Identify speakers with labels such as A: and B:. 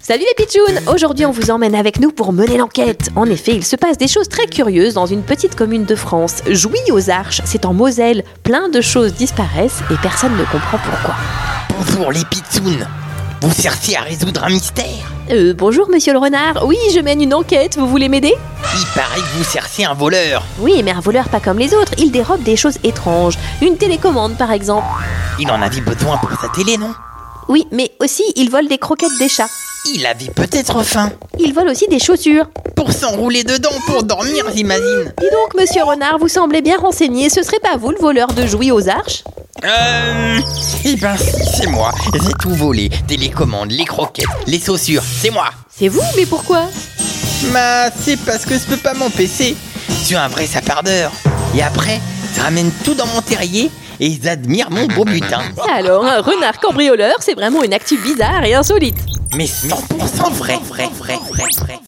A: Salut les pitchounes Aujourd'hui on vous emmène avec nous pour mener l'enquête. En effet, il se passe des choses très curieuses dans une petite commune de France. Jouy aux Arches, c'est en Moselle. Plein de choses disparaissent et personne ne comprend pourquoi.
B: Bonjour les pitounes Vous cherchez à résoudre un mystère
A: Euh, bonjour monsieur le renard, oui je mène une enquête, vous voulez m'aider
B: Il paraît que vous cherchez un voleur.
A: Oui mais un voleur pas comme les autres, il dérobe des choses étranges. Une télécommande par exemple.
B: Il en avait besoin pour sa télé, non
A: Oui mais aussi il vole des croquettes des chats.
B: Il avait peut-être faim.
A: Il vole aussi des chaussures.
B: Pour s'enrouler dedans, pour dormir, j'imagine.
A: Dis donc monsieur renard, vous semblez bien renseigné, ce serait pas vous le voleur de Jouy aux Arches
B: Euh... Eh ben si, c'est moi. J'ai tout volé. Télécommande, les croquettes, les chaussures, c'est moi.
A: C'est vous mais pourquoi
B: Bah, c'est parce que je peux pas m'empêcher. Je suis un vrai sapardeur. Et après, je ramène tout dans mon terrier et j'admire mon beau butin.
A: Alors, un renard cambrioleur, c'est vraiment une actu bizarre et insolite.
B: Mais 100% vrai, vrai, vrai, vrai, vrai.